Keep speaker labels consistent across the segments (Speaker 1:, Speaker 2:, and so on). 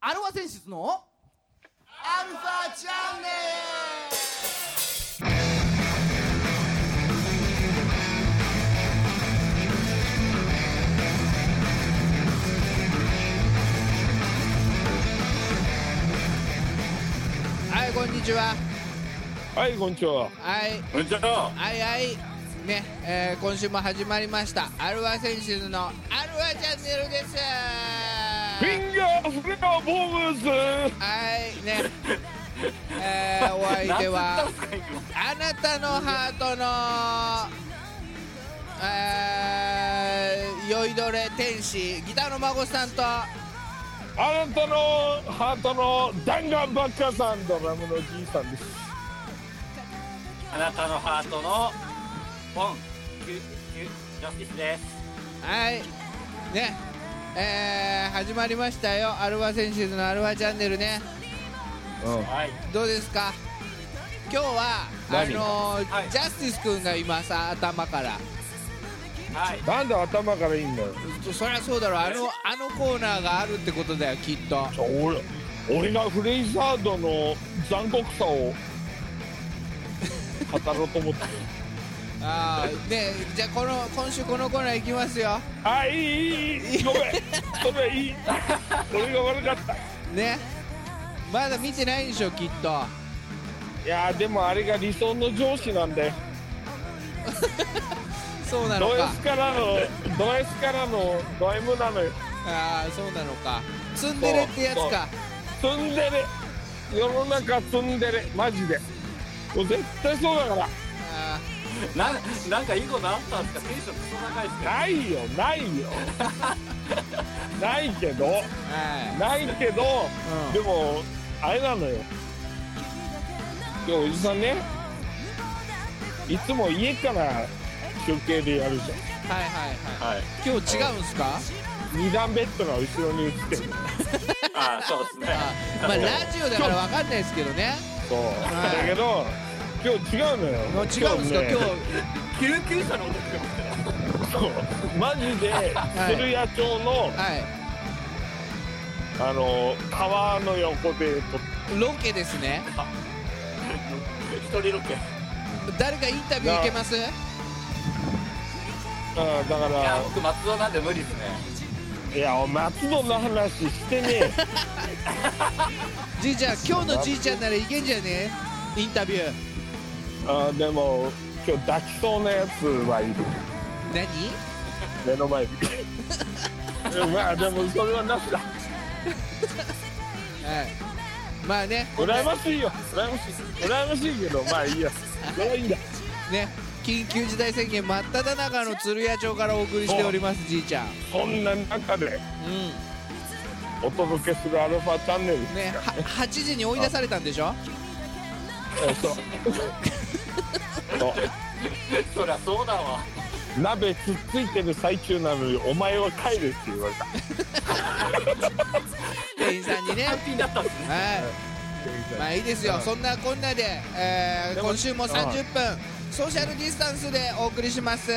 Speaker 1: アルファ選出のアルファチャンネルはいこんにちは
Speaker 2: はい、こんにちは。
Speaker 1: はい
Speaker 3: こんにちは。
Speaker 1: はいはいね、えー今週も始まりましたアルファ選出のアルファチャンネルです
Speaker 2: フィンガーフレアボームズ。
Speaker 1: はいねえーお相手はあなたのハートのえー酔いどれ天使ギターの孫さんと
Speaker 2: あなたのハートの弾丸バッカーさん、ドラムのじいさんです。
Speaker 3: あなたのハートのポン、キュキュジャスティスです。
Speaker 1: はいねえー始まりましたよアルファ選手のアルファチャンネルね
Speaker 2: うん。
Speaker 3: はい。
Speaker 1: どうですか今日はあ
Speaker 2: 何
Speaker 1: のー
Speaker 3: はい
Speaker 1: ジャスティス君が今さ頭から
Speaker 3: はい。
Speaker 2: なんで頭からいいんだよ。
Speaker 1: そそりゃそうだろうあのあのコーナーがあるってことだよきっと
Speaker 2: ちょ俺、俺がフレイザードの残酷さを。語ろうと思 ってる。
Speaker 1: ああでじゃあこの今週このコーナーいきますよ
Speaker 2: あ、いい、いい、いい、ごめん。それいい。俺が悪かった。
Speaker 1: ねまだ見てないんでしょきっと
Speaker 2: いやーでもあれが理想の上司なんだよ
Speaker 1: そうなの
Speaker 2: ド
Speaker 1: か
Speaker 2: S からのド S からのド M なのよ
Speaker 1: ああそうなのかツンデレってやつか
Speaker 2: ツンデレ世の中ツンデレマジでもう絶対そうだから
Speaker 1: あ
Speaker 3: なんなんかいいことあったんですか。テンションクソ高いですね。
Speaker 2: ないよ ないよないけど
Speaker 1: ーは
Speaker 2: ないけど、
Speaker 1: うん
Speaker 2: でもあれなのよ今日おじさんねいつも家から休憩でやるじ
Speaker 1: いはいはいはい
Speaker 3: はい。
Speaker 1: 今日違うんすか
Speaker 2: ゃん二段ベッドが後ろに映ってる
Speaker 3: あー、そうですね。
Speaker 1: あーまあラジオだからわかんないですけどね
Speaker 2: そうだけど今日違うのよ
Speaker 1: もう違うんすか
Speaker 2: ね
Speaker 1: 今日
Speaker 3: 救急車の音聞こ
Speaker 2: そうマジで
Speaker 1: い
Speaker 2: 鶴屋町の
Speaker 1: は
Speaker 2: あの川の横で撮っ
Speaker 1: いロケですね
Speaker 3: えてる。一人ロケ。
Speaker 1: 誰かインタビューいけます
Speaker 2: ただか
Speaker 3: いや
Speaker 2: ら
Speaker 3: 僕松戸なんで無理ですね。
Speaker 2: いやお松戸の話してねえ
Speaker 1: じいちゃん今日のじいちゃんならいけんじゃねインタビュー
Speaker 2: あでも今日抱きそうなやつはいる
Speaker 1: 何
Speaker 2: 目の前にまあでもそれはなしだ
Speaker 1: はいまあね
Speaker 2: 羨ましいよ羨ましい羨ましいけどまあいいやそれはいいんだ
Speaker 1: ね緊急事態宣言真っ只中の鶴屋町からお送りしておりますじいちゃん
Speaker 2: そんな中で
Speaker 1: う
Speaker 2: お届けするアルファチャンネルです
Speaker 1: んね
Speaker 2: か
Speaker 1: は8時に追い出されたんでしょ
Speaker 2: え そうそう
Speaker 3: そりゃそうだわ。
Speaker 2: 鍋つっついてる最中なのにお前は帰れって言われた
Speaker 1: 店員さんにね
Speaker 3: ハッピーだったんですね。
Speaker 1: はいまあいいですよそんなこんなで、えー
Speaker 2: でも
Speaker 1: 今週も30分ソーシャルディスタンスでお送りします
Speaker 2: あ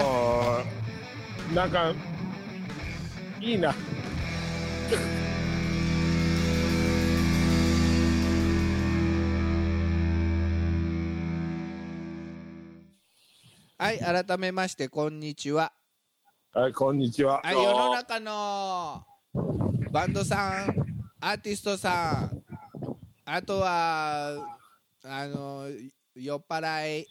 Speaker 2: ーなんかいいな
Speaker 1: はい改めましてこんにちは
Speaker 2: はいこんにちは
Speaker 1: はい、
Speaker 3: どう
Speaker 1: 世の中のバンドさんアーティストさんあとはあの酔っ払い、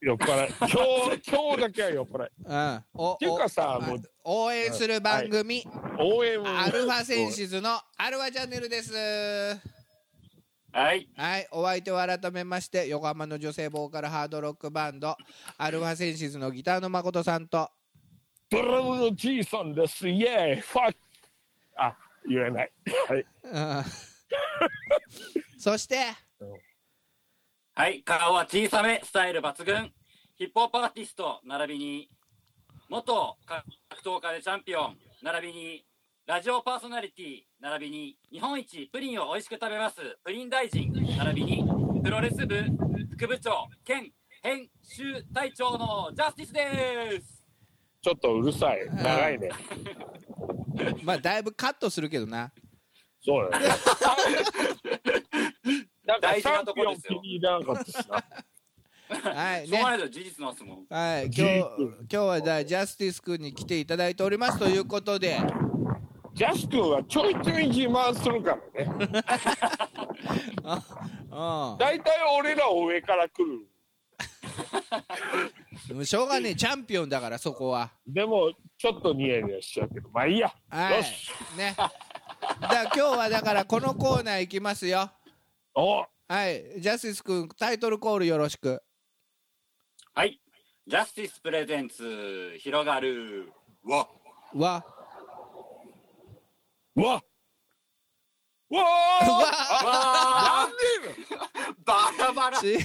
Speaker 2: 酔っ払い今 日今日だけは酔っ払い
Speaker 1: うん、お
Speaker 2: ていうかさ
Speaker 1: お
Speaker 2: もう
Speaker 1: 応援する番組、
Speaker 2: 応援
Speaker 1: アルファ選手のアルファチャンネルです
Speaker 3: はい。
Speaker 1: はい、お相手を改めまして横浜の女性ボーカルハードロックバンドアルファセンシズのギターの誠さんと
Speaker 2: ドラムのじいさんですイエーイファッあ言えないはい
Speaker 1: うん そして
Speaker 3: はい。顔は小さめ、スタイル抜群。ヒップホップアーティスト、並びに、元格闘家でチャンピオン、並びに、ラジオパーソナリティ、並びに、日本一プリンを美味しく食べます、プリン大臣、並びに、プロレス部、副部長、兼編集隊長のジャスティスです。
Speaker 2: ちょっとうるさい長いね
Speaker 1: まあだいぶカットするけどな
Speaker 2: そ うだよね。なんかチ
Speaker 3: 大事
Speaker 2: ャ
Speaker 3: な
Speaker 2: ン
Speaker 3: と
Speaker 2: ピオ
Speaker 3: こで
Speaker 2: ン
Speaker 3: す
Speaker 2: 気
Speaker 3: よ
Speaker 2: に入らなかったしな。
Speaker 1: はい
Speaker 3: しょうがな
Speaker 1: ね
Speaker 3: いですよ、事実なんですもん。
Speaker 1: はい、今日
Speaker 2: ジー
Speaker 1: 今日はじゃあジャスティス君に来ていただいておりますということで
Speaker 2: ジャス君はちょいちょい自慢するからね。
Speaker 1: あ
Speaker 2: 大体俺らを上から来る。
Speaker 1: うんしょうがねえチャンピオンだからそこは
Speaker 2: でも、ちょっとニヤニヤしちゃうけど、まあいいや。
Speaker 1: は
Speaker 2: よ
Speaker 1: い
Speaker 2: し。
Speaker 1: ねだから今日はだからこのコーナー行きますよ
Speaker 2: お
Speaker 1: はいジャスティス君タイトルコールよろしく
Speaker 3: はい。ジャスティスプレゼンツ、広がる。わ。
Speaker 1: わ
Speaker 2: うわ
Speaker 1: う
Speaker 2: うわー
Speaker 1: わ
Speaker 2: あなん
Speaker 3: わ
Speaker 2: で
Speaker 3: バラバラ。
Speaker 1: ち
Speaker 2: よ違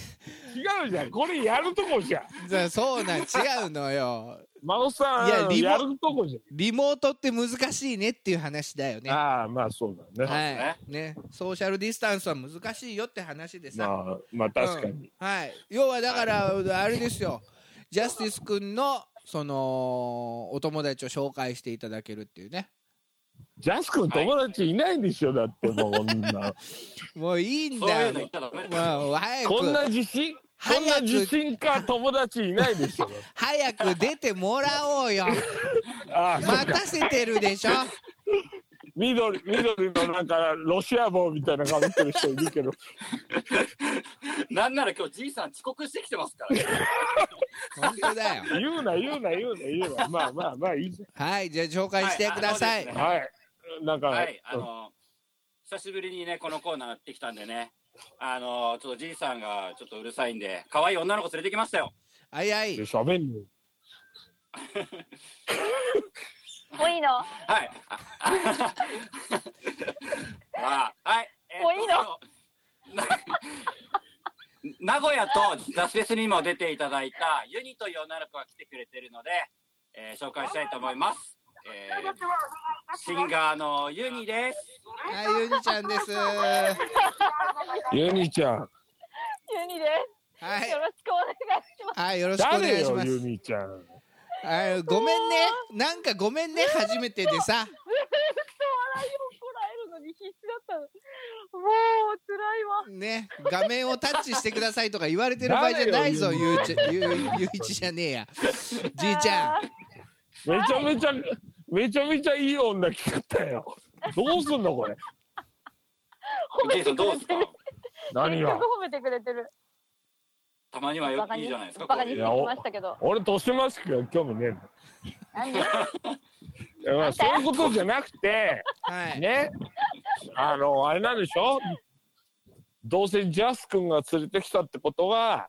Speaker 2: うじゃん。これやるとこじゃん。
Speaker 1: じゃあそうなん違うのよ
Speaker 2: 真央さん、
Speaker 1: いやリモ
Speaker 2: やるとこじ
Speaker 1: リモートって難しいねっていう話だよ
Speaker 2: ゃん。
Speaker 1: ね
Speaker 2: ああ、まあそうだね。
Speaker 1: はいねソーシャルディスタンスは難しいよって話でさ、
Speaker 2: まあ、まあ確かに。
Speaker 1: うんはい要はだからあれですよジャスティス君のそのお友達を紹介していただけるっていうね
Speaker 2: ジャス君友達いないんですよ、だってもうこんな
Speaker 1: もういいん
Speaker 3: そう
Speaker 1: だ
Speaker 3: い
Speaker 1: よ
Speaker 3: うの言ったらダメだ。
Speaker 1: もう早く
Speaker 2: こんな自信こんな自信か友達いないですよ
Speaker 1: 早く出てもらおうよ
Speaker 2: ああそっ
Speaker 1: 待
Speaker 2: か
Speaker 1: たせてるでしょ
Speaker 2: 緑緑のなんかロシア帽みたいなかぶってる人いるけど
Speaker 3: なんなら今日じいさん遅刻してきてますからね。
Speaker 1: 本当だよ
Speaker 2: 言うな言うな言うな言うなまあまあまあいいじ
Speaker 1: はいじゃあ紹介してください、
Speaker 2: ゃん
Speaker 3: は
Speaker 2: はいなんか、
Speaker 3: はい、あの、久しぶりにね、このコーナーやってきたんでね、あの、ちょっとじいさんがちょっとうるさいんで、可愛い女の子連れてきましたよ。
Speaker 1: はいはい
Speaker 2: 喋んの
Speaker 4: もういいの
Speaker 3: はい。 ああはい。えー
Speaker 4: もういいの
Speaker 3: な名古屋とザスフェスにも出ていただいたユニという女の子が来てくれてるので、えー紹介したいと思います。えーシンガーのユニです。
Speaker 1: はいゆにちゃんですは
Speaker 2: ユニちゃん
Speaker 4: ユニです、
Speaker 1: い
Speaker 4: よろしくお願いしま
Speaker 1: はいよろしくお願
Speaker 2: 誰
Speaker 1: いし
Speaker 2: よ
Speaker 1: ます
Speaker 2: ユニちゃん
Speaker 1: はいごめんねなんかごめんね初めてでさ
Speaker 4: すずっと笑いをこらえるのに必死だったのもう辛いわ
Speaker 1: ね、画面をタッチしてくださいとか言われてる場合じゃないぞ、
Speaker 2: 誰
Speaker 1: ゆうちゃん、ゆう、ゆういちじゃねえや。じいちゃん
Speaker 4: あ。
Speaker 2: め
Speaker 4: ー
Speaker 2: ちゃめちゃめちゃめちゃいい女来ちゃったよどうすんのこれ
Speaker 4: 褒
Speaker 3: じ
Speaker 4: め
Speaker 3: いさ
Speaker 4: て
Speaker 3: ん
Speaker 4: く
Speaker 3: どう
Speaker 4: れ
Speaker 3: です
Speaker 4: て
Speaker 3: か
Speaker 4: る
Speaker 2: 何
Speaker 4: 結
Speaker 2: が
Speaker 4: 局褒めてくれてる
Speaker 3: たまにはよ
Speaker 4: バカ
Speaker 3: いい
Speaker 4: に
Speaker 3: じゃないですか。
Speaker 4: バ
Speaker 3: こ
Speaker 4: カ
Speaker 3: う
Speaker 4: に
Speaker 3: い
Speaker 4: し
Speaker 3: う
Speaker 4: てきましたけど
Speaker 2: 俺としましく興味ねえんだ
Speaker 4: 何
Speaker 2: いやまあ、そういうことじゃなくて、
Speaker 1: はい。
Speaker 2: ね、あの、あれなんでしょどうせジャス君が連れてきたってことは、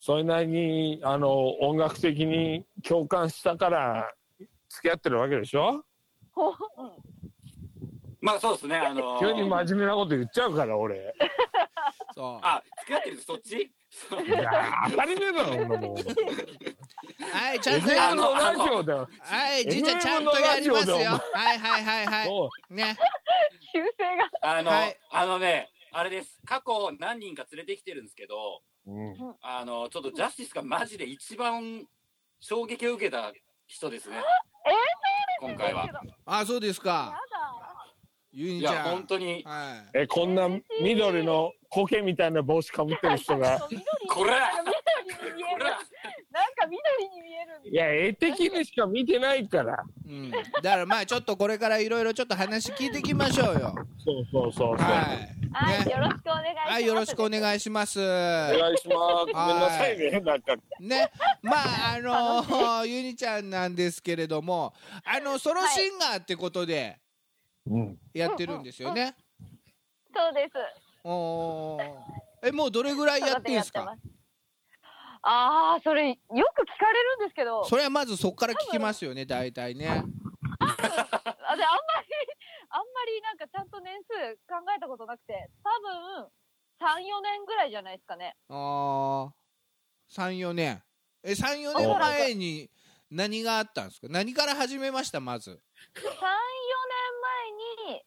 Speaker 2: それなりに、あの、音楽的に共感したから、付き合ってるわけでしょ
Speaker 4: ほうん
Speaker 3: まあそうですね。あの
Speaker 2: 急に真面目なこと言っちゃうから、俺。
Speaker 1: そう。
Speaker 3: あ、付き合ってるそっ ち？
Speaker 2: いや、当たり前だろ、そんなもん。
Speaker 1: はい、ちゃんとや
Speaker 2: FM
Speaker 1: る。
Speaker 2: のラジオだよ。
Speaker 1: はい、じいちゃん、ちゃんとやりますよ。はい、はい、はい、は
Speaker 2: そう
Speaker 1: い。ね。
Speaker 4: 修正が
Speaker 3: あの、
Speaker 1: はい
Speaker 3: あのね、あれです。過去何人か連れてきてるんですけど、
Speaker 2: うん
Speaker 3: あの、ちょっとジャスティスがマジで一番衝撃を受けた人ですね。今回は。
Speaker 1: あ、そうですか
Speaker 4: や。だ
Speaker 1: ゆい
Speaker 3: い
Speaker 1: ち
Speaker 3: や、
Speaker 1: ゃ
Speaker 3: 本
Speaker 1: ん。
Speaker 3: 当に、
Speaker 1: は
Speaker 2: え、こんな緑の苔みたいな帽子かぶってる人が。
Speaker 4: 緑に
Speaker 3: これ
Speaker 4: 緑に見え
Speaker 3: こ
Speaker 4: る
Speaker 3: れは
Speaker 4: なんか緑に見えるんだ
Speaker 2: いや、絵的にしか見てないから。
Speaker 1: い。うん。だから、まあ、ちょっとこれからいろいろちょっと話聞いていきましょうよ。
Speaker 2: そうそうそうそう。
Speaker 1: はい。
Speaker 4: はい、
Speaker 1: ね。
Speaker 4: よろしくお願いします。
Speaker 1: はい、よろしくお願いします。
Speaker 2: お願いしま
Speaker 4: い。
Speaker 2: す。ごめんなさいね。なんか、
Speaker 1: ね、まああのー、ゆにちゃんなんですけれどもあのソロシンガーってことで
Speaker 2: うん、
Speaker 1: やってるんですよね。
Speaker 4: そうです。
Speaker 1: おーえもうどれぐらいやってんすか
Speaker 4: 育ててやってます。ああ、それよく聞かれるんですけど、
Speaker 1: それはまずそこから聞きますよね大体ね
Speaker 4: あであんまりあんまりなんかちゃんと年数考えたことなくて、多分三四年ぐらいじゃないですかね。
Speaker 1: あ34年え34年前に何があったんですか何から始めましたまず
Speaker 4: 三四年前に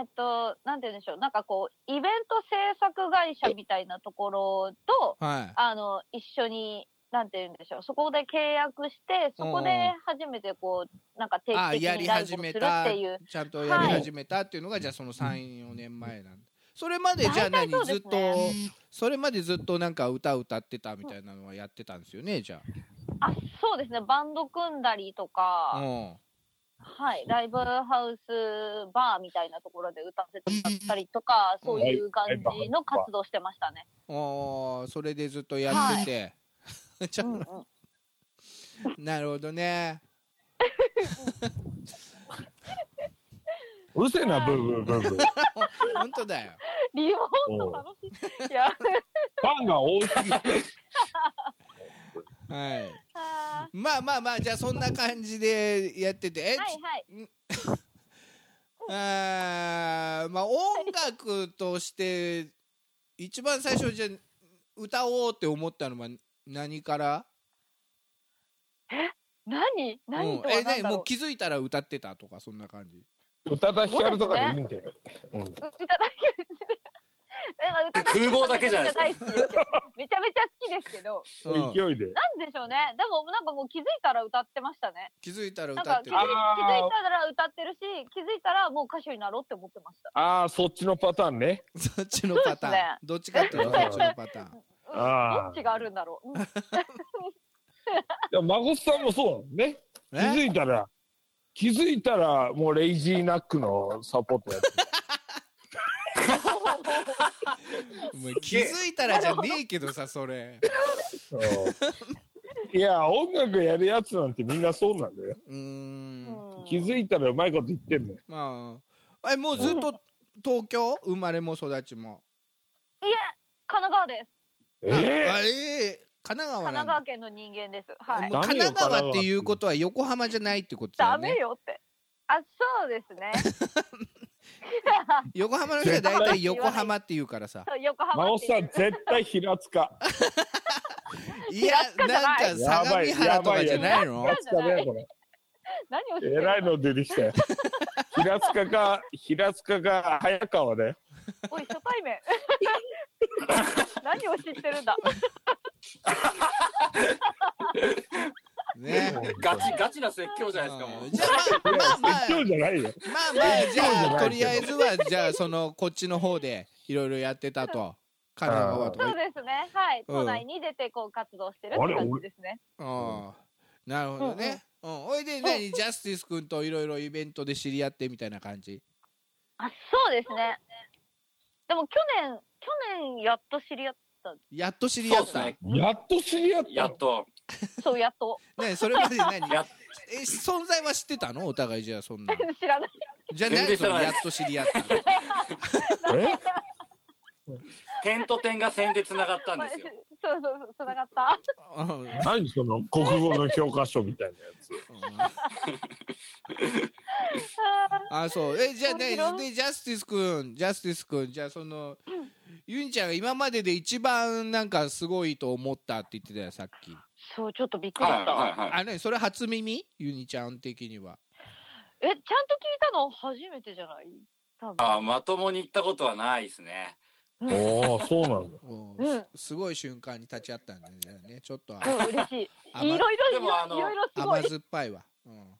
Speaker 4: えーっとなんて言うんでしょう、なんかこうイベント制作会社みたいなところと
Speaker 1: は
Speaker 4: あの一緒になんて言うんでしょう、そこで契約して、そこで初めてこう、なんか定
Speaker 1: あー
Speaker 4: 期的
Speaker 1: や
Speaker 4: に
Speaker 1: り
Speaker 4: ライブ
Speaker 1: 始
Speaker 4: をす
Speaker 1: め
Speaker 4: る
Speaker 1: た
Speaker 4: っていう。
Speaker 1: ちゃんとやり始めたっていうのが、じゃあその34年前なんだそれまでじゃあ
Speaker 4: 大
Speaker 1: 何
Speaker 4: 体そう
Speaker 1: ず
Speaker 4: で
Speaker 1: っ
Speaker 4: すね
Speaker 1: とそれまでずっとなんか歌歌ってたみたいなのはやってたんですよねじゃ
Speaker 4: あ、そうですね、バンド組んだりと
Speaker 1: あ、う
Speaker 4: か、
Speaker 1: ん、
Speaker 4: はい、ライブハウスバーみたいなところで歌わせてもらったりとか、そういう感じの活動してましたね。
Speaker 1: おーそれでずっとやってて、 じゃ
Speaker 4: うんうん。
Speaker 1: あなるほどね
Speaker 2: うるせえな、ブーブーブーブー。
Speaker 1: 本当だよ
Speaker 4: リモート楽しい。いや、
Speaker 2: ファンが多すぎて。
Speaker 1: はい
Speaker 4: あ
Speaker 1: まあまあまあじゃあそんな感じでやっててえ、
Speaker 4: ーはいはい。
Speaker 1: あーまあ音楽として一番最初じゃあ歌おうって思ったのは何から
Speaker 4: 何何
Speaker 1: う
Speaker 4: と
Speaker 1: ん
Speaker 4: は
Speaker 1: え
Speaker 4: 何
Speaker 1: 何
Speaker 4: だろ
Speaker 1: も
Speaker 4: う
Speaker 1: う。気づいたら歌ってたとかそんな感じ
Speaker 2: 宇多田ヒカルとかでいいんだよ。うん
Speaker 4: 歌だけですね。なんか歌
Speaker 3: 空母だけじゃない
Speaker 4: めちゃめちゃ大好きですよめちゃめちゃ好きですけど、
Speaker 1: うん
Speaker 2: 勢いで。
Speaker 4: なんでしょうね。でもなんかもう気づいたら歌ってましたね。
Speaker 1: 気づいたら
Speaker 4: なん
Speaker 1: 歌っ
Speaker 4: か
Speaker 1: て
Speaker 4: 気
Speaker 1: る
Speaker 4: づ
Speaker 2: あ
Speaker 4: い気づいたら歌ってるし、気づいたらもう歌手になろうって思ってました。
Speaker 2: ああ、そっちのパターンね。
Speaker 1: そっちのパターン、
Speaker 4: そうですね
Speaker 1: どっちかっていうとそっちのパターン
Speaker 2: あー
Speaker 4: どっちがあるんだろう。うん
Speaker 2: いや孫さんもそうなのね。気づ
Speaker 1: え
Speaker 2: いたら、気づいたらもうレイジーナックのサポートやってる。
Speaker 1: お前気づいたらじゃねえけどさそ れ
Speaker 2: うんいや、音楽やるやつなんてみんなそうなんだよ。
Speaker 1: うーん
Speaker 4: うん
Speaker 2: 気づいたらうまいこと言ってんのよ。
Speaker 1: まあえもうずっと東京生まれも育ちも
Speaker 4: いえ、神奈川です。
Speaker 2: え
Speaker 1: あ
Speaker 2: え
Speaker 1: えー神奈川
Speaker 4: 神
Speaker 1: なん
Speaker 4: 奈
Speaker 1: だ
Speaker 4: 川県の人間です。は
Speaker 1: も。
Speaker 4: い
Speaker 1: う
Speaker 2: ダメ
Speaker 1: 神
Speaker 2: よ
Speaker 1: 奈川っていうことは横浜じゃないってことだよ
Speaker 4: ダ
Speaker 1: ね
Speaker 4: メよって。あ、そうで すね。
Speaker 1: 横浜の人は大体横浜って言うから さ
Speaker 4: そう横浜
Speaker 2: 孫
Speaker 4: ってい
Speaker 2: さん
Speaker 4: う。
Speaker 2: 絶対平塚。
Speaker 1: いやなんか
Speaker 2: やば
Speaker 1: 相模
Speaker 2: い
Speaker 1: 原とかじゃない
Speaker 4: や
Speaker 1: の
Speaker 4: ば
Speaker 2: 平塚だよ、これ。
Speaker 4: 何をして
Speaker 2: え
Speaker 4: る
Speaker 2: らい
Speaker 4: の
Speaker 2: の出てきたよ。平塚か、平塚か、早川だよ。
Speaker 4: おい、初 対面。何を知ってるんだ。
Speaker 1: ね
Speaker 3: ガチガチな説教じゃないですかもう
Speaker 1: うんじゃあまあまあま あ
Speaker 2: 説教じゃないよ。
Speaker 1: まあまあじゃあ
Speaker 2: そ
Speaker 1: と
Speaker 2: う
Speaker 1: り
Speaker 2: じゃ
Speaker 1: あ
Speaker 2: な
Speaker 1: え
Speaker 2: い
Speaker 1: ずはじゃあそのこっちの方でいろいろやってたと神奈川と
Speaker 4: そう
Speaker 1: か
Speaker 4: ですね。はい。
Speaker 1: うん
Speaker 4: 都内に出てこう活動してるって感じですね。
Speaker 1: うんなるほどねうんおいで何ジャスティス君といろいろイベントで知り合ってみたいな感じ
Speaker 4: あ、そうですね。でも去年、去年やっと知り合っ
Speaker 1: やっと知り
Speaker 3: そ
Speaker 1: 合
Speaker 3: う
Speaker 1: っ
Speaker 3: です
Speaker 1: た
Speaker 3: ね
Speaker 2: やっと知り合っ
Speaker 3: や
Speaker 2: た
Speaker 3: っ。と
Speaker 4: そう、やっと。
Speaker 1: ねそれまで何
Speaker 3: やっ
Speaker 1: え存在は知ってたのお互いじゃあそんな
Speaker 4: 知らない。
Speaker 1: じゃあ何
Speaker 3: 全然知
Speaker 1: そ
Speaker 3: ら
Speaker 1: の
Speaker 3: ない
Speaker 1: やっと知り合ったの
Speaker 2: え
Speaker 3: 点と点が線でつながったんですよ
Speaker 4: そうそうそう、つな がった。
Speaker 1: うんうん
Speaker 2: 何その国語の教科書みたいなやつ。
Speaker 1: あそうえじゃあね
Speaker 4: 面白
Speaker 1: でジャスティス君ジャスティス君じゃあそのユンちゃんが今までで一番なんかすごいと思ったって言ってたよさっき
Speaker 4: そう、ちょっとびっくり
Speaker 3: はい
Speaker 4: した。
Speaker 3: はいはい
Speaker 1: あねそれ初耳ユニちゃん的には
Speaker 4: え、ちゃんと聞いたの初めてじゃない多分。
Speaker 3: あまともに言ったことはないですね
Speaker 2: おお、そうなんだ。
Speaker 1: うん
Speaker 4: うん
Speaker 1: すすごい瞬間に立ち会ったんだよねちょっと
Speaker 4: うん
Speaker 1: あ、
Speaker 4: 嬉しい。い
Speaker 1: 甘
Speaker 4: ろいろ、い
Speaker 3: で
Speaker 4: ろ い
Speaker 3: もあの
Speaker 4: ろいろすご
Speaker 1: 甘
Speaker 4: い。
Speaker 1: 酸っぱいわうん、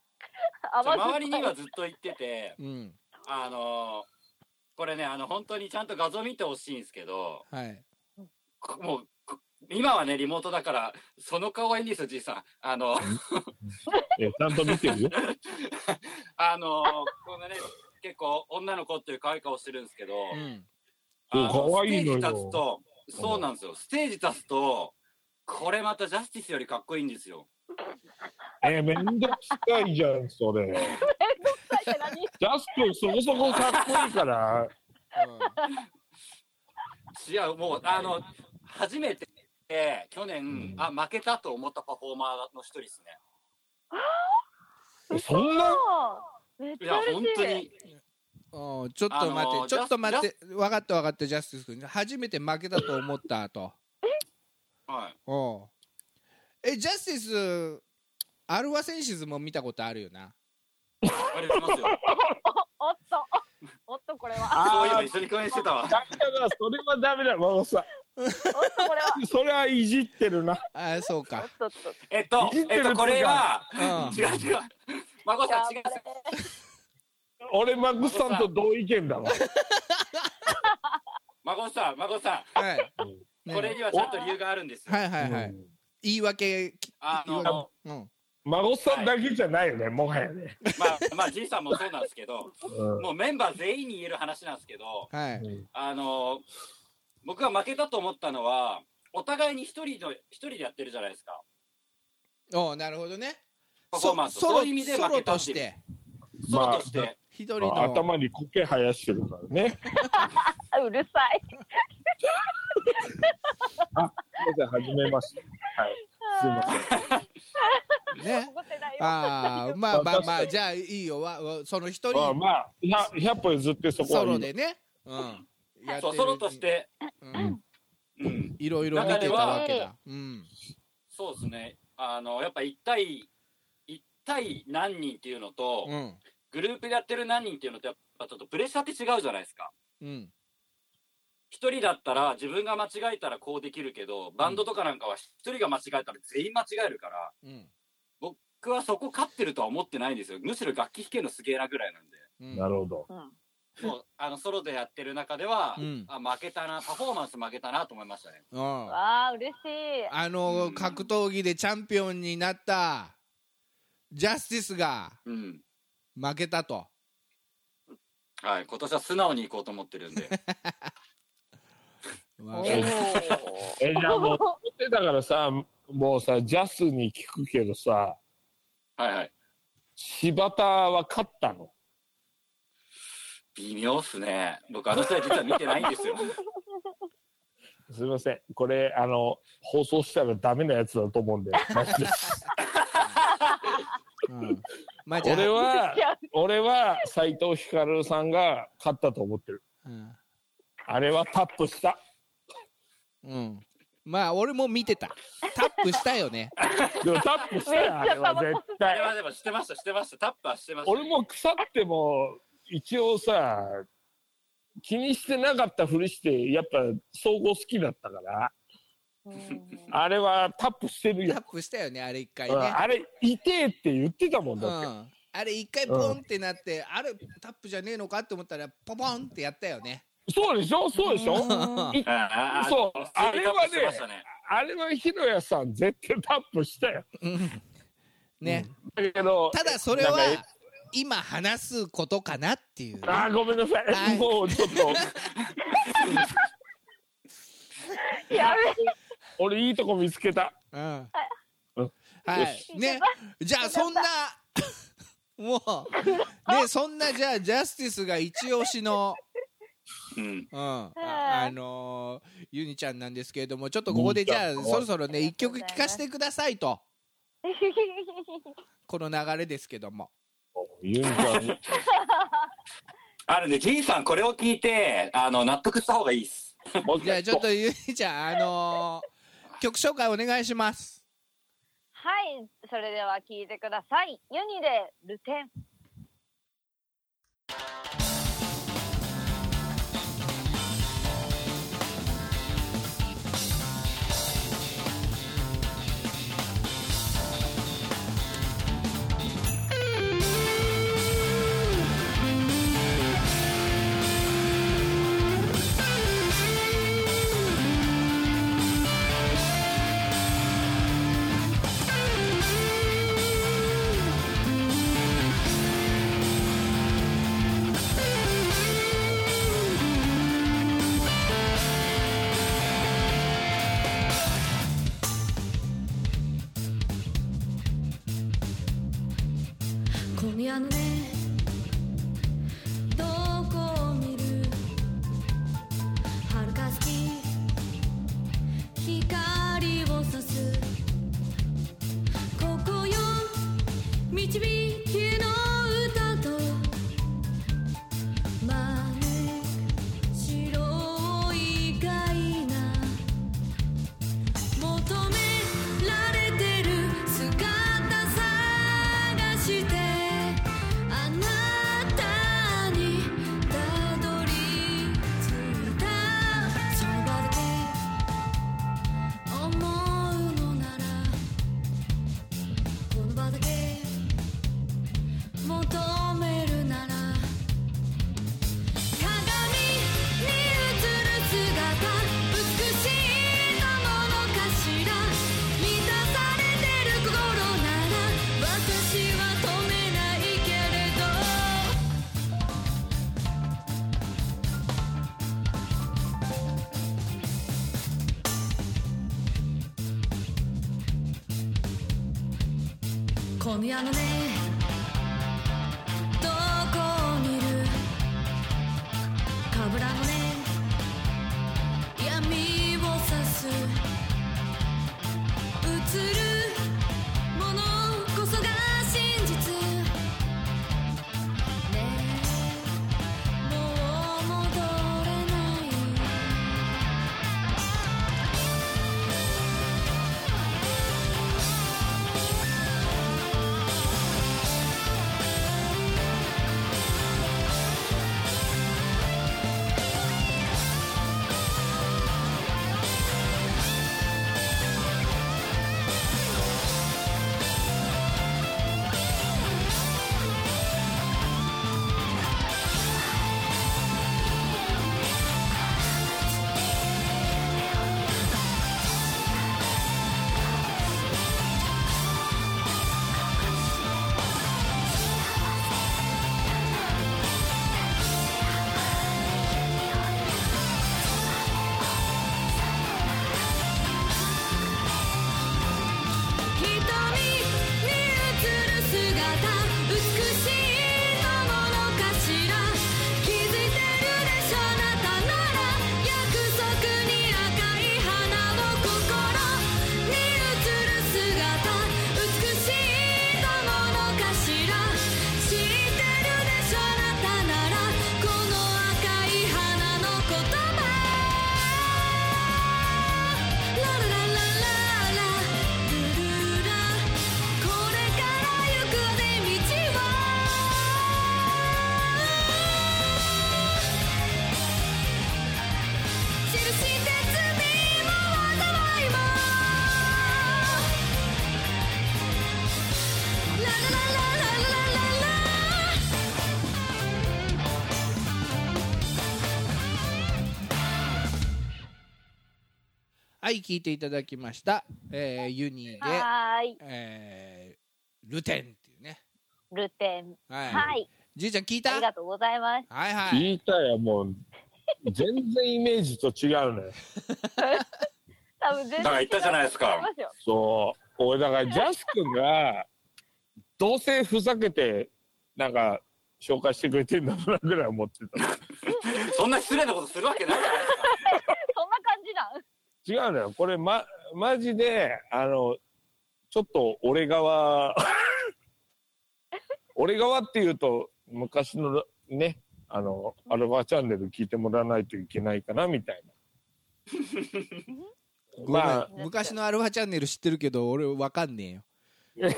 Speaker 4: 甘酸っぱい
Speaker 3: 周りにはずっと言ってて
Speaker 1: うん、
Speaker 3: あのこれねあの本当にちゃんと画像見てほしいんですけど
Speaker 1: はい
Speaker 3: こもうこ今はねリモートだからその顔はいいんですよじいさんあの
Speaker 2: え、ちゃんと見てるよ。
Speaker 3: あのこのね結構女の子っていう可愛い顔してるんですけど、
Speaker 1: うん
Speaker 3: あの
Speaker 2: 可愛いのよ
Speaker 3: ステージ立つとそうなんですよステージ立つとこれまたジャスティスよりかっこいいんですよ
Speaker 2: え、めんどくさいじゃん、それ。
Speaker 4: 書いて何
Speaker 2: ジャス君そこそこかっこいいから。
Speaker 3: 違うもうあの初めてえー去年、あ負けたと思ったパフォーマーの一人ですね
Speaker 2: えそんな。
Speaker 4: そうめっ
Speaker 3: い
Speaker 4: ち
Speaker 3: や
Speaker 4: ゃ嬉
Speaker 3: 本
Speaker 4: し
Speaker 3: 当
Speaker 4: い。
Speaker 3: に
Speaker 1: うんうんちょっと待っ
Speaker 3: あ
Speaker 1: て、
Speaker 3: のー
Speaker 1: ちょっと待って分かった分かったジャスティス君初めて負けたと思ったと
Speaker 3: はい
Speaker 1: おうえジャスティスアルワセンシズも見たことあるよな
Speaker 3: ありますよ
Speaker 4: おっ と、おっと、これは。
Speaker 3: そういえば一緒に共演してたわ
Speaker 2: だから、それはダメだ、孫さん。
Speaker 4: おっとこれ は。
Speaker 2: それはいじってるな。
Speaker 1: あそう
Speaker 4: お
Speaker 1: か
Speaker 4: っ。とっと。
Speaker 3: えっと
Speaker 2: いじっ、て
Speaker 3: え
Speaker 2: る
Speaker 3: っと、これは、
Speaker 1: うん
Speaker 3: 違う違う。孫さん違う。
Speaker 2: 俺、マックスさんと同意見だわ。
Speaker 3: 孫さん、孫さ
Speaker 1: はい。
Speaker 3: ん、
Speaker 1: ね
Speaker 3: これにはちゃんと理由があるんですよ。
Speaker 1: はいはいは
Speaker 2: う
Speaker 1: い。
Speaker 2: ん
Speaker 1: 言い訳。
Speaker 3: あ
Speaker 1: 言い
Speaker 3: の、
Speaker 1: 訳うん。
Speaker 2: 孫さんだけじゃないよね、もはやね。
Speaker 3: まあ、まあ、じいさんもそうなんですけど、
Speaker 2: うん
Speaker 3: もうメンバー全員に言える話なんですけど、
Speaker 1: はい。
Speaker 3: あの、僕が負けたと思ったのは、お互いに一人の、一人でやってるじゃないですか。
Speaker 1: おうなるほどね。
Speaker 3: パフォー
Speaker 1: そ
Speaker 3: マンス。
Speaker 1: ソ
Speaker 3: そう
Speaker 1: ロ
Speaker 3: いう意味で
Speaker 1: ソ
Speaker 3: 負
Speaker 1: ロ
Speaker 3: けた
Speaker 1: と
Speaker 3: っ
Speaker 1: して
Speaker 3: いう。
Speaker 1: て
Speaker 3: ソロとして。
Speaker 1: 一人
Speaker 2: まあ
Speaker 1: の
Speaker 2: 頭に苔生やしてるからね。
Speaker 4: あうるさい。
Speaker 2: すいません、はじめまして。すいません。
Speaker 1: ね。
Speaker 4: 怒ってないよ。
Speaker 1: ああまあまあま
Speaker 2: 確か
Speaker 1: あ
Speaker 2: に
Speaker 1: じゃあいいよわわその一
Speaker 2: まあ
Speaker 1: 人
Speaker 2: まあ、100, 100歩譲ってそこは
Speaker 1: ソ
Speaker 2: い
Speaker 1: ロ
Speaker 2: い
Speaker 1: でね。うん。やって
Speaker 3: そう、
Speaker 1: る
Speaker 3: ソロとし。て、
Speaker 1: うん
Speaker 3: うん。
Speaker 1: いろいろ見てたわけだ。うん。
Speaker 3: そうですね。あの、やっぱ一対、一対何人っていうのと、
Speaker 1: うん。
Speaker 3: グループでやってる何人っていうのと、やっぱちょっとプレッシャーって違うじゃないですか。
Speaker 1: うん。
Speaker 3: 一人だったら自分が間違えたらこうできるけど、バンドとかなんかは一人が間違えたら全員間違えるから、
Speaker 1: うん。
Speaker 3: 僕はそこ勝ってるとは思ってないんですよ。むしろ楽器弾けるのすげえなぐらいなんで。
Speaker 1: うん
Speaker 2: なるほど。
Speaker 4: うん。
Speaker 3: もう、あの、ソロでやってる中では、
Speaker 1: うん
Speaker 3: あ、負けたな、パフォーマンス負けたなと思いましたね。
Speaker 1: うん。
Speaker 4: わあ嬉しい。
Speaker 1: あの、
Speaker 3: うん
Speaker 1: 格闘技でチャンピオンになったジャスティスが
Speaker 3: うん。
Speaker 1: 負けたと。
Speaker 3: はい、今年は素直に行こうと思ってるん で。
Speaker 1: わ
Speaker 4: お
Speaker 1: かる
Speaker 4: ー
Speaker 2: え、じゃあもう、だからさ、もうさ、ジャスに聞くけどさ、
Speaker 3: はいはい。
Speaker 2: 柴田は勝ったの。
Speaker 3: 微妙っすね。僕、あの試合実は見て ないんですよ。
Speaker 2: すみません。これ、あの、放送したらダメなやつだと思うんで、マジで。
Speaker 1: うんまあじゃあ
Speaker 2: 俺は
Speaker 4: 違う、
Speaker 2: 俺は斎藤ひかるさんが勝ったと思ってる。
Speaker 1: うん
Speaker 2: あれはタップした。
Speaker 1: うんまあ俺も見てた。タップしたよね。
Speaker 2: でもタップしたよ、あれは絶
Speaker 3: あ
Speaker 2: 対
Speaker 3: れ。はでもしてました、してました。タップはしてました。
Speaker 2: 俺も腐っても、一応さ、気にしてなかったふりして、やっぱ総合好きだったから、
Speaker 4: うん
Speaker 2: あれはタップしてる
Speaker 1: タ
Speaker 2: よ。
Speaker 1: ップしたよね、あれ一回
Speaker 2: う
Speaker 1: ね。
Speaker 2: んあれ、痛えって言ってたもん
Speaker 1: う
Speaker 2: だって。
Speaker 1: ん。あれ一回ポンってなって、あれタップじゃねえのかって思ったら、ポポンってやったよね。
Speaker 2: そうでしょそうでしょい
Speaker 3: あー
Speaker 2: そう
Speaker 3: あれはね、
Speaker 2: あれはヒロヤさん絶対タップしたよ。
Speaker 1: うん ね。
Speaker 2: だけど、
Speaker 1: ただそれ
Speaker 2: なん
Speaker 1: は
Speaker 2: か、
Speaker 1: 今話すことかなっていう。
Speaker 2: あーごめんなさ。
Speaker 1: はいい
Speaker 2: もうちょっと、
Speaker 4: やべ。
Speaker 2: 俺いいとこ見つけた。
Speaker 1: うんは
Speaker 2: うん
Speaker 1: い。ね。じゃあそんな、もう、ね、そんなじゃあジャスティスが一押しの、
Speaker 3: うん。
Speaker 1: うん、ああのーゆにちゃんなんですけれども、ちょっとここでじゃあ
Speaker 2: ゆにちゃん
Speaker 1: そろそろね、一曲聴かせてくださいと、この流れですけども。
Speaker 2: ユンちゃん、
Speaker 3: あるね、じいさん、これを聞いて、あの、納得した方がいいっす。
Speaker 2: もう一
Speaker 1: じゃあ
Speaker 2: 回
Speaker 1: ちょっとゆにちゃん、あのー曲紹介お願いします。
Speaker 4: はい、それでは聞いてください。ユニでルテン。
Speaker 5: 「今夜のねどこにいるかぶらのね闇を指す映るものこそが真実ねえもう戻れない瞳に映る姿美しいものかしら気づいてるでしょあなたなら約束に赤い花を心に映る姿美しいものかしら知ってるでしょあなたならこの赤い花の言葉ララララララルルラこれから行くね道は印して罪も災いもララララララララ
Speaker 1: はい、聞いていただきました。えーユニで、
Speaker 4: はーい。
Speaker 1: えールテンっていうね。
Speaker 4: ルテン。
Speaker 1: はい。
Speaker 4: はい。
Speaker 1: じいちゃん聞いた
Speaker 4: ありがとうございます。
Speaker 1: はいはい。
Speaker 2: 言いたいよ、もう。全然イメージと違うね。
Speaker 4: 多分全然違
Speaker 3: だ
Speaker 4: う。
Speaker 3: から言ったじゃないですか
Speaker 4: 違いますよ
Speaker 2: そう。俺、だから、ジャス君が、どうせふざけて、なんか、紹介してくれてんだろうなぐらい思ってた。
Speaker 3: そんな失礼なことするわけないじゃないですか。
Speaker 4: そんな感じなん。
Speaker 2: 違うのよ。これ、ま、マジで、あの、ちょっと俺 側、俺側っていうと、昔のね、あの、アルファチャンネル聞いてもらわないといけないかな、みたいな。
Speaker 1: ごめん
Speaker 2: まあ、
Speaker 1: 昔のアルファチャンネル知ってるけど、俺わかんねえよ。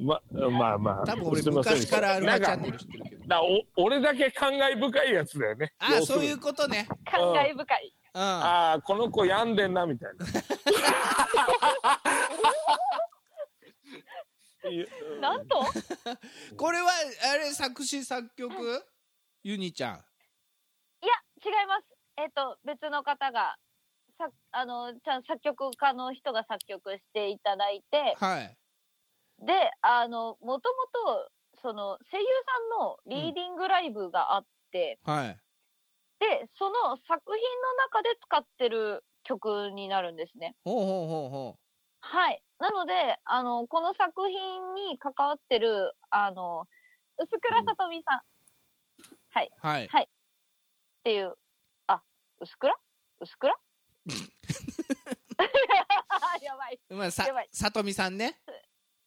Speaker 2: ま、まあまあ。
Speaker 1: 多分俺
Speaker 2: すいません
Speaker 1: 昔からアルファチャン
Speaker 2: な
Speaker 1: ネ
Speaker 2: んか
Speaker 1: ル知ってるけど。
Speaker 2: だお俺だけ感慨深いやつだよね。
Speaker 1: ああ、
Speaker 2: 要する
Speaker 1: そう
Speaker 2: に
Speaker 1: いうことね。
Speaker 4: 感慨深い。
Speaker 1: うん。あ
Speaker 2: ああ、この子病んでんなみたいな。いや
Speaker 4: なんと
Speaker 1: これは、あれ、作詞作曲ユニちゃん。
Speaker 4: いや、違います。えっ、と、別の方が、さあの、ちゃん作曲家の人が作曲していただいて、
Speaker 1: はい。
Speaker 4: で、あの、もともと、その、声優さんのリーディングライブがあって、
Speaker 1: はい。
Speaker 4: で、その作品の中で使ってる曲になるんですね。
Speaker 1: ほうほうほうほ
Speaker 4: はい。なので、あの、この作品に関わってる、あの、薄倉さとみさんっ
Speaker 1: う。はい。
Speaker 4: ていう、あ、薄倉薄 倉やばい。
Speaker 1: まあ、さ
Speaker 4: やばい、
Speaker 1: さとみさんね。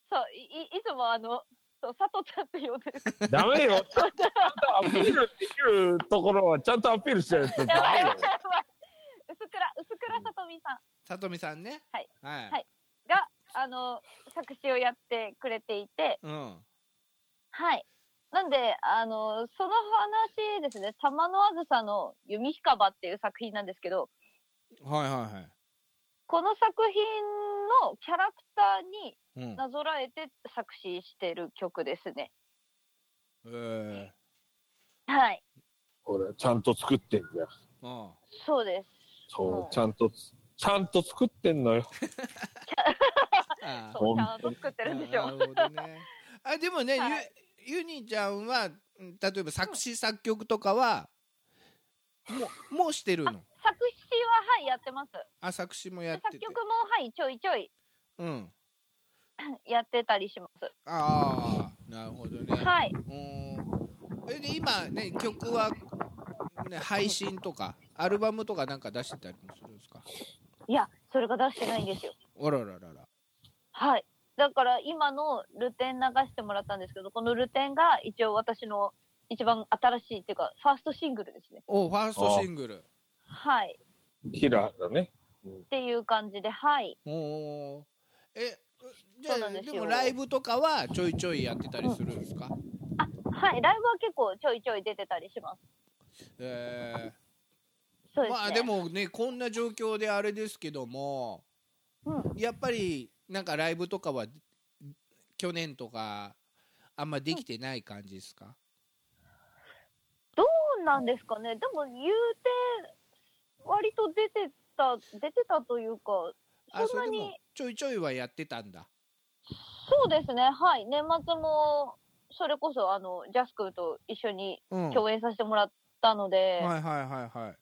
Speaker 4: そう、い、いいつもあの、そう、佐藤ちゃんって呼んで る。
Speaker 2: ダメよ。ちゃんとアピールできるところはちゃんとアピールしてないと
Speaker 4: や
Speaker 2: ダ
Speaker 4: ばい
Speaker 2: メ
Speaker 4: やばいやば
Speaker 2: よ
Speaker 4: い。。薄倉、薄倉さとみさん
Speaker 1: さとみさんね。
Speaker 4: はい。
Speaker 1: はい。
Speaker 4: はいが、あの、作詞をやってくれていて、
Speaker 1: うん。
Speaker 4: はい。なんで、あの、その話ですね、玉のあずさの弓ひかばっていう作品なんですけど、
Speaker 1: はいはいはい。
Speaker 4: この作品のキャラクターに
Speaker 1: うん。
Speaker 4: なぞらえて作詞してる曲ですね。
Speaker 1: え
Speaker 4: はい。
Speaker 2: 俺、ちゃんと作ってんだよ。
Speaker 1: ー、うん。
Speaker 4: そうです。
Speaker 2: そうう、
Speaker 4: ん
Speaker 2: ちゃんと、ちゃんと作ってんのよ。
Speaker 1: あー
Speaker 4: そう、ちゃんと作ってるんでしょ
Speaker 1: あ。なるほどね。あでもね、
Speaker 4: はい
Speaker 1: ゆユニちゃんはうん例えば作詞作曲とかはもうもうしてるの。
Speaker 4: 作詞は、はい、やってます。
Speaker 1: あ作詞もや
Speaker 4: で
Speaker 1: って
Speaker 4: 作
Speaker 1: て。
Speaker 4: 曲も、はい、ちょいちょい
Speaker 1: うん。
Speaker 4: やってたりします。
Speaker 1: ああなるほどね、
Speaker 4: はい。
Speaker 1: うーんえで今ね曲は、ね、配信とかアルバムとかなんか出してたりもするんですか
Speaker 4: いや、それが出してないんですよ。
Speaker 1: あらららら
Speaker 4: はい。だから今のルテン流してもらったんですけど、このルテンが一応私の一番新しいっていうか、ファーストシングルですね。
Speaker 1: おファーストシングル
Speaker 4: はい。
Speaker 2: キラーだね。
Speaker 4: っていう感じで、はい。
Speaker 1: おおえじゃ
Speaker 4: そうな
Speaker 1: あ
Speaker 4: んです
Speaker 1: で
Speaker 4: よ
Speaker 1: もライブとかはちょいちょいやってたりするんですか、
Speaker 4: あ、はい。ライブは結構ちょいちょい出てたりします。
Speaker 1: え
Speaker 4: そう
Speaker 1: ー
Speaker 4: ですね。
Speaker 1: まあでもねこんな状況であれですけども
Speaker 4: うん。
Speaker 1: やっぱりなんかライブとかは去年とかあんまできてない感じですか、
Speaker 4: そうなんですかね。でも言うて、割と出てた、出てたというか、
Speaker 1: あ
Speaker 4: そ
Speaker 1: そ
Speaker 4: んな
Speaker 1: れで
Speaker 4: に
Speaker 1: もちょいちょいはやってたんだ
Speaker 4: そうですね。はい。年末も、それこそ、あの、ジャスクと一緒に
Speaker 1: うん
Speaker 4: 共演させてもらったので、
Speaker 1: はいはいはいはい。だか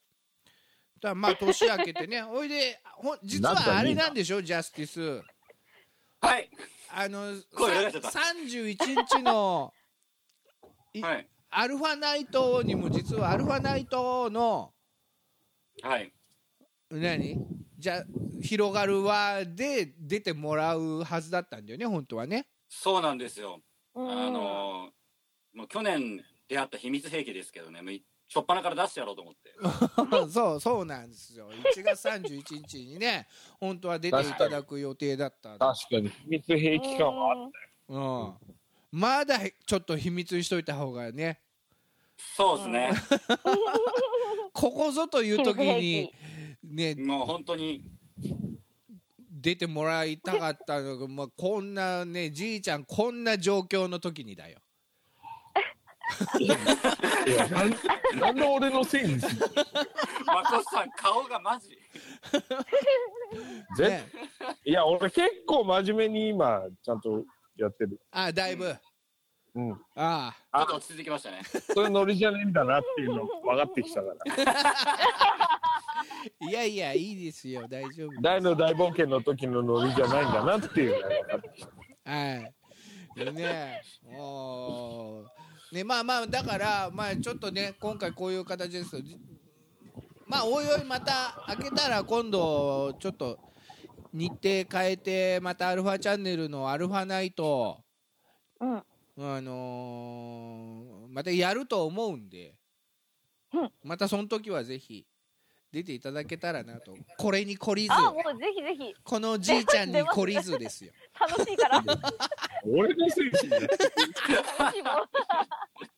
Speaker 1: らまあ年明けてね、 おいで、ほん実
Speaker 2: なん
Speaker 1: は
Speaker 2: か
Speaker 1: あ
Speaker 2: い
Speaker 1: れ
Speaker 2: いな
Speaker 1: なんでしょ、ジャスティス。
Speaker 3: はい。
Speaker 1: あの、
Speaker 3: 声裏返っちゃった
Speaker 1: 三十一日の い
Speaker 3: はい。
Speaker 1: アルファナイトにも実はアルファナイトの
Speaker 3: はい。
Speaker 1: 何じゃ広がる輪で出てもらうはずだったんだよね、本当は ね。
Speaker 3: そうなんですよ。
Speaker 4: うん
Speaker 3: あのーもう去年出会った秘密兵器ですけどね、もうい初っ端から出してやろうと思って。
Speaker 1: そうそうなんですよ。1月31日にね、本当は出ていただく予定だったんだ
Speaker 2: 確かに。秘密兵器感はある。
Speaker 1: うん、まだちょっと秘密にしといた方がね。
Speaker 3: そうですね。
Speaker 1: ここぞという時に、ね、
Speaker 3: もう本当に、
Speaker 1: 出てもらいたかったのが、まあ、こんなね、じいちゃん、こんな状況の時にだよ。
Speaker 2: いやなんなんで俺のせいにする
Speaker 3: マコさん顔がマジ。
Speaker 2: 絶
Speaker 1: ね、
Speaker 2: いや、俺結構真面目に今、ちゃんとやってる。
Speaker 1: あだいぶ、あ
Speaker 2: うん。
Speaker 1: あ、
Speaker 3: ちょっと落ち着いてきましたね。
Speaker 2: それノリじゃねえんだなっていうの分かってきたから。
Speaker 1: いやいや、いいですよ、大丈夫。
Speaker 2: 大の大冒険の時のノリじゃないんだなっていうのが分かってきた。
Speaker 1: はい。ね、おね、まあまあ、だから、まあ、ちょっとね、今回こういう形ですけど。じまあ、おいおい、また開けたら、今度、ちょっと。日程変えて、またアルファチャンネルのアルファナイト。
Speaker 4: うん。
Speaker 1: あのーまたやると思うんで、
Speaker 4: うん
Speaker 1: またその時はぜひ出ていただけたらなとこれに懲りず
Speaker 4: あ、もうぜひぜひ、
Speaker 1: このじいちゃんに懲りず ですよ
Speaker 4: 楽し いから、
Speaker 2: 俺のせいにするだか
Speaker 4: 楽しいもん。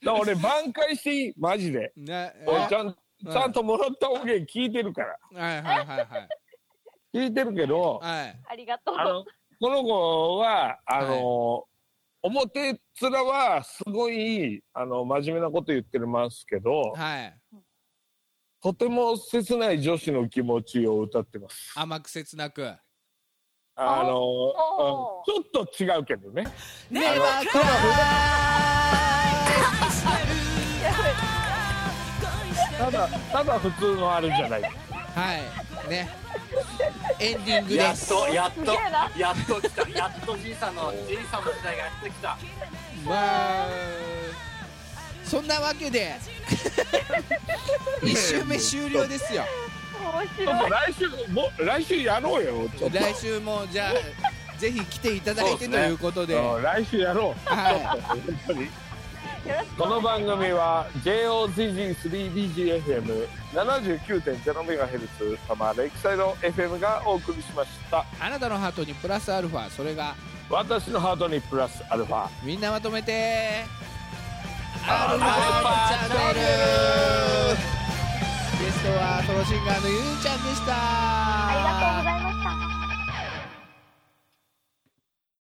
Speaker 2: ら俺挽回していいマジで。
Speaker 1: なえ
Speaker 2: 俺
Speaker 1: は
Speaker 2: ちゃん、ちゃんともらった音源聞いてるから。
Speaker 1: いはいはいはい
Speaker 2: 聞いてるけど、
Speaker 1: はい
Speaker 4: ありがとう。
Speaker 2: あの、この子は、あの、表っ面はすごい、あの、真面目なこと言ってますけど、
Speaker 1: はい
Speaker 2: とても切ない女子の気持ちを歌ってます。
Speaker 1: 甘く切なくね
Speaker 2: あの、うんちょ
Speaker 4: おー
Speaker 2: っと違うけどね。
Speaker 1: えわかる
Speaker 2: ただ、ただ普通のあれじゃない。
Speaker 1: はいねエンディング
Speaker 3: や
Speaker 1: で
Speaker 3: っ
Speaker 1: す
Speaker 3: と、やっ
Speaker 4: すげえな
Speaker 3: と、やっと来た。やっとじいさんの、じいさんの時代がやってきた。
Speaker 1: まあそんなわけで1周目終了ですよ
Speaker 2: ち
Speaker 4: 面
Speaker 2: ょっ
Speaker 4: 白
Speaker 2: と
Speaker 4: い。
Speaker 2: 来週、もう来週やろうよ。ちょっと
Speaker 1: 来週もじゃあぜひ来ていただい
Speaker 3: そうで
Speaker 1: て
Speaker 3: す
Speaker 1: と
Speaker 3: ね
Speaker 1: いうことで
Speaker 2: うん来週やろう。
Speaker 1: は
Speaker 2: 本当に
Speaker 4: よろし
Speaker 2: この番組は JOZZ3BGFM79.0MHz 多摩レイクサイド FM がお送りしました
Speaker 1: いあなたのハートにプラスアルファそれが
Speaker 2: 私のハートにプラスアルファ
Speaker 1: みんなまとめてアルファチャンネルゲストはソロシンガーのゆうちゃんでした
Speaker 4: ありがとうございました。